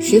十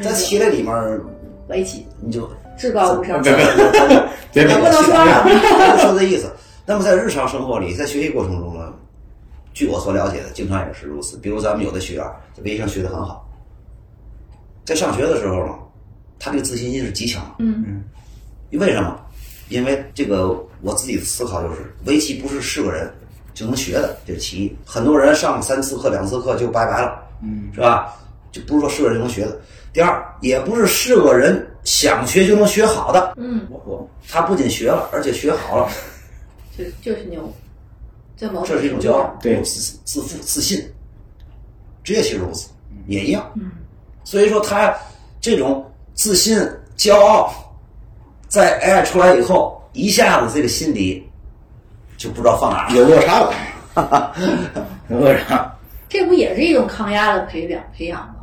在期这里面儿，嗯围棋你就至高无上，别别 别别别也不能说呀，啊说这意思。那么在日常生活里，在学习过程中呢，据我所了解的，经常也是如此。比如咱们有的学员在微上学的很好，在上学的时候呢，他这个自信心是极强的。嗯为什么？因为这个我自己的思考就是，围棋不是是个人就能学的，这是其一。很多人上三次课、两次课就拜拜了，嗯，是吧？就不是说是个人就能学的。第二，也不是是个人想学就能学好的。嗯，我我他不仅学了，而且学好了，就就是牛，这某这是一种程度骄傲，对有自自负、自信。职业棋如此，也一样。嗯所以说他这种自信、骄傲，在 AI 出来以后，一下子这个心理就不知道放哪儿了。有落差了， 有落差。这不也是一种抗压的培养培养吗？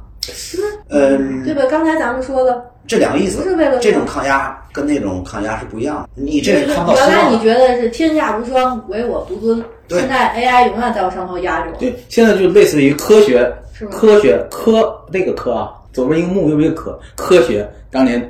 嗯，对吧？刚才咱们说的，这两个意思不是为了，说这种抗压跟那种抗压是不一样的。你这是看不到原希来望你的，觉得是天下无双，唯我独尊，对现在 AI 永远在我上头压着我。对，现在就类似于科学是，吧科学科那个科啊，左边一个木，右边一个科，科学当年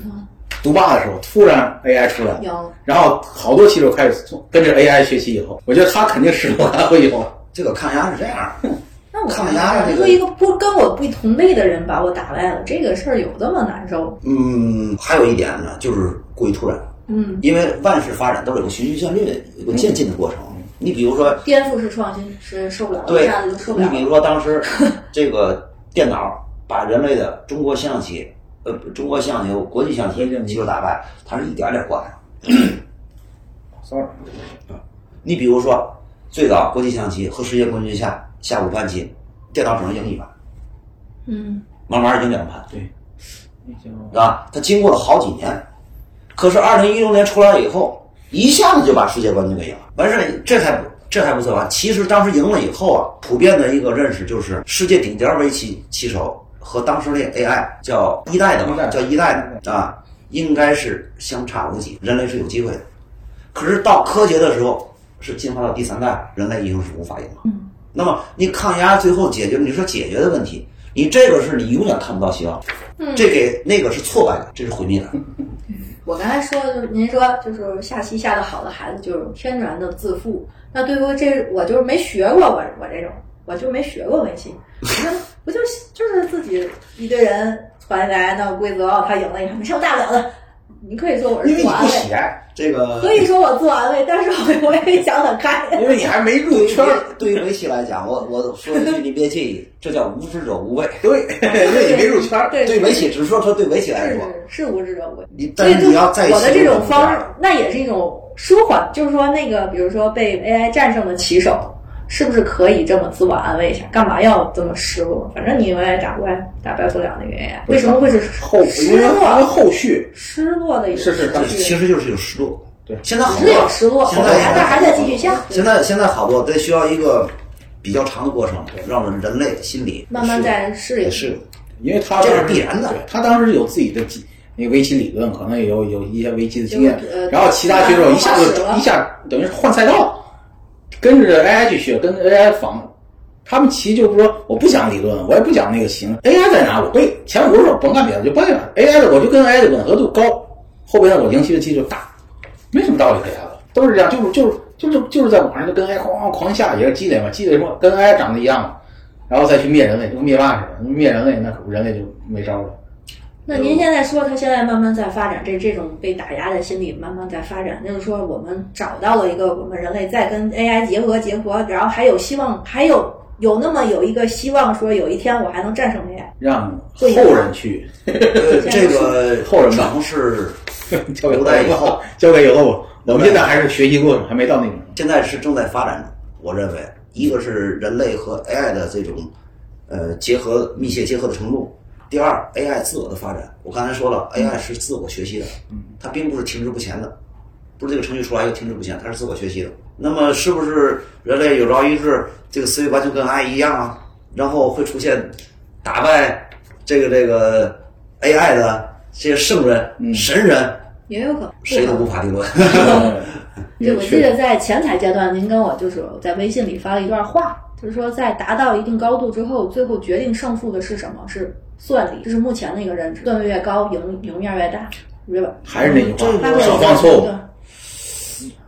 读霸的时候，突然 AI 出来了，有然后好多棋手开始从跟着 AI 学习以后，我觉得他肯定是我还会有。这个抗压是这样的。那我抗压的这个说一个不跟我不同类的人把我打败了，这个事儿有这么难受？嗯，还有一点呢，就是过于突然，嗯，因为万事发展都是有个循序渐进的、有个渐进的过程。嗯你比如说，颠覆式创新是受不了，一对下子就受，不你了比了。如说当 时这个电脑把人类的中国象棋，呃，中国象棋、国际象国棋际象棋技术打败，它是一点儿点儿挂上。 sorry，你比如说，最早国际象棋和世界冠军下下五盘棋，电脑只能赢一盘，嗯，慢慢赢两盘，对，那叫啊，它经过了好几年，可是二零一六年出来以后，一下子就把世界冠军给赢了。完事儿，这才不这还不算完。其实当时赢了以后啊，普遍的一个认识就是，世界顶尖围棋棋手和当时那 AI 叫一代的一代嘛，叫一代的啊，应该是相差无几，人类是有机会的。可是到柯洁的时候，是进化到第三代，人类已经是无法赢了。嗯那么你抗压最后解决，你说解决的问题，你这个是你永远看不到希望，嗯这给那个是挫败感，这是毁灭感。我刚才说的就是您说就是下棋下得好的孩子就是天然的自负，那对于这我就是没学过我我这种我就没学过围棋，我就我就就是自己一堆人传来闹规则，哦他赢了一场，没什么大不了的，你可以说我是因为自你我安不慰，写，这个可以说我自我安慰，但是我 我也可以想得开。因为你还没入对于圈儿。对于围棋来讲，我我说一句你别介意，这叫无知者无畏。对， 因为你没入圈儿。对对围棋，只是说说对围棋来是说，是无知者无畏。你所但以是就你要在我的棋这中种方式不，那也是一种舒缓，就是说那个，比如说被 AI 战胜的棋手，是不是可以这么自我安慰一下？干嘛要这么失落？反正你永远打不败，打败不了那个 AI，为什么会是后，因失为因为落？后续失落的一个是是这情绪其实就是一种失落。对现在好是有多失落，现后在来但还在继续下，现在现在好多得需要一个比较长的过程，让我们人类心理慢慢在适也应。是因为他这是当时必然的对他当时有自己的几那个围棋理论，可能也有有一些围棋的经验就是呃。然后其他选手一下打就得好使了一下等于是换赛道，跟着 AI 去学，跟着 AI 仿。他们棋就不说我不讲理论，我也不讲那个型，AI 在哪我背前五十手甭干别的，就背了 AI 的我就跟 AI 的吻合度高，后边我赢棋的机就大，没什么道理可言了，都是这样，就是就是就是就是在网上就跟 AI 哐哐狂下也是积累嘛，积累什么跟 AI 长得一样嘛，然后再去灭人类，就跟灭霸似的，灭人类那可不人类就没招了。那您现在说他现在慢慢在发展，这这种被打压的心理慢慢在发展，就是说我们找到了一个我们人类再跟 AI 结合结合，然后还有希望，还有有那么有一个希望，说有一天我还能战胜 AI。让后人去，呃这个后人吧尝试，交给后人吧，交给以后吧。我们现在还是学习过程，还没到那种。现在是正在发展的。我认为，一个是人类和 AI 的这种呃结合密切结合的程度，第二，AI 自我的发展，我刚才说了，AI 是自我学习的，它并不是停滞不前的，不是这个程序出来就停滞不前，它是自我学习的。那么是不是人类有朝一日这个思维完全跟 AI 一样啊？然后会出现打败这个这个 AI 的这些圣人、神人，也有可能。谁都无法定论。对，有我趣记得在前台阶段，您跟我就是在微信里发了一段话，就是说在达到一定高度之后，最后决定胜负的是什么？是算力，这是目前的一个认知，段位越高，赢赢面越大，对吧？ 还是那句这大概话，个少是犯错误对。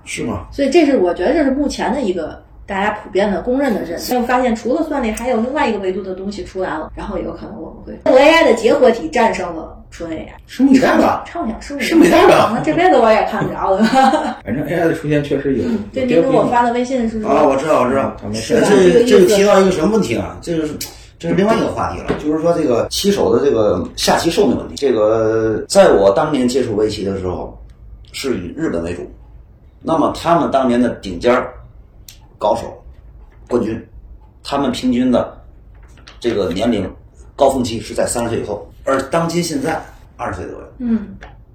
是吗？所以这是我觉得这是目前的一个大家普遍的公认的认识。但我发现除了算力，还有另外一个维度的东西出来了，然后有可能我们会用 AI 的结合体战胜了纯 AI。是你干吧？畅想是是美代表那这辈子我也看不着了。反正 AI 的出现确实有。嗯对，您有颠给我覆性发的微信是啊，说，我知道，我知道。他没事这吧这这个提到一个什么问题啊？这就是这是另外一个话题了，就是说这个棋手的这个下棋寿命问题。这个在我当年接触围棋的时候，是以日本为主，那么他们当年的顶尖儿高手、冠军，他们平均的这个年龄高峰期是在三十岁以后，而当今现在二十岁左右。嗯，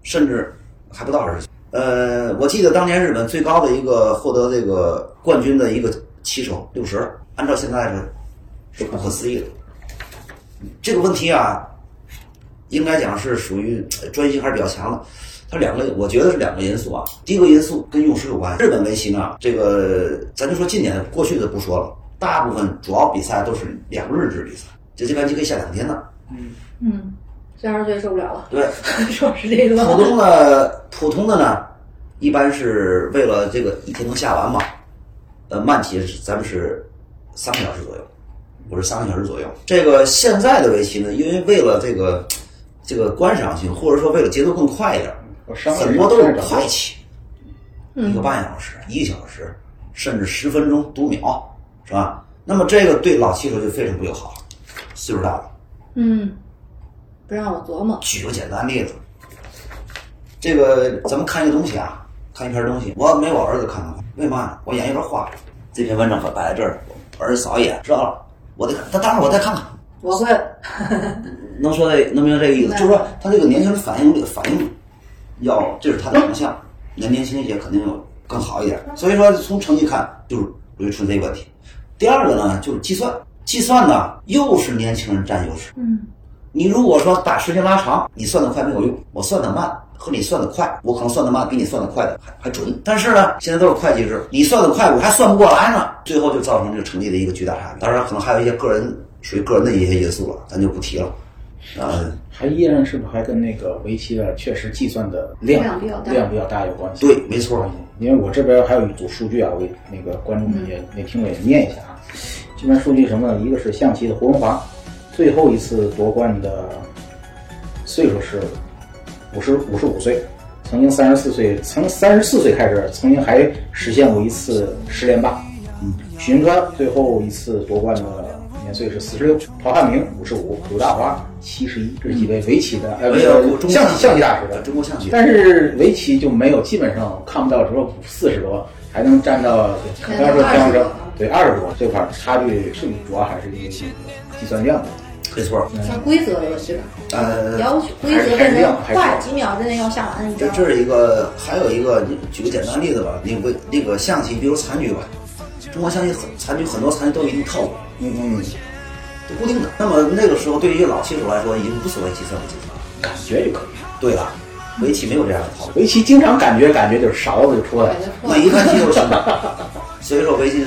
甚至还不到二十岁。呃，我记得当年日本最高的一个获得这个冠军的一个棋手六十，按照现在是是不可思议的。这个问题啊，应该讲是属于呃专心还是比较强的。它两个，我觉得是两个因素啊。第一个因素跟用时有关。日本围棋呢，这个咱就说近年过去的不说了，大部分主要比赛都是两日制比赛，这这盘棋可以下两天的。嗯，三十岁受不了了， 对，说是这个。普通的普通的呢，一般是为了这个一天能下完嘛。呃，慢棋是咱们是三个小时左右，我是三个小时左右。这个现在的围棋呢，因为为了这个这个观赏性，或者说为了节奏更快一点，我上个很月多都是上个月快棋，一嗯个半小时、一个小时，甚至十分钟读秒，是吧？那么这个对老棋手就非常不友好了，岁数大了。嗯，不让我琢磨。举个简单例子，这个咱们看一个东西啊，看一篇东西，我没我儿子看的快，为嘛呀？我眼有点花。这篇文章摆摆在这儿，我儿子扫一眼，知道了，我得看，他当然我再看看，我会，能说这能明白这个意明思？白就是说他这个年轻人反应力反应要，这是他的强项，那年轻一些肯定要更好一点。所以说从成绩看，就是属于纯粹问题。第二个呢，就是计算，计算呢又是年轻人占优势。嗯你如果说把时间拉长，你算得快没有用，我算得慢和你算得快，我可能算得慢比你算得快的还还准。但是呢，现在都是会计制，你算得快，我还算不过来呢，最后就造成这个成绩的一个巨大差别。当然，可能还有一些个人属于个人的一些因素了，咱就不提了。呃，还依然是不是还跟那个围棋的确实计算的量量比较大量比较大有关系？对，没错，因为我这边还有一组数据啊，我给那个观众们也、嗯那听众也念一下啊。这边数据是什么呢？一个是象棋的胡荣华，最后一次夺冠的岁数是五十五十五岁，曾经三十四岁，从三十四岁开始，曾经还实现过一次十连霸。嗯，许云川最后一次夺冠的年岁是四十六，陶汉明五十五，鲁大华七十一，这是几位围棋的呃，不是哎中象棋象棋大师的中国象棋，但是围棋就没有，基本上看不到说四十多，还能占到不要说占到20张着多对二十多这块儿差距是主要还是因为这个计算量的。没错，像规则的问题吧，呃，要求规则变成快几秒之内要下完一这张。这是一个，还有一个，你举个简单例子吧，那个那个象棋，比如残局吧，中国象棋很残局很多残局都有一定套路。嗯嗯，就固定的。那么那个时候，对于一个老棋手来说，已经无所谓计算不计算了。感觉就可以。对了，围棋没有这样的套路，围棋经常感觉感觉就是勺子就出来感了觉。错每一盘棋都是。 所以说，围棋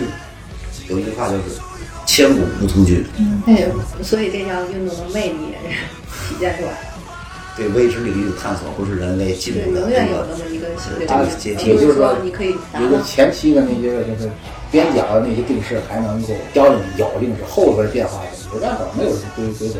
有一句话就是“千古不通军哎，所以这项运动的魅力也是体现出来了，”，对未知领域的探索不是人为进对，步的永那远有个那么一个新的它东的西，解而题不啊就是是说说你可以达也就到是前期的那些就是边角的那些定式还能够标准咬定是后边变化的，没办法，没有规规则。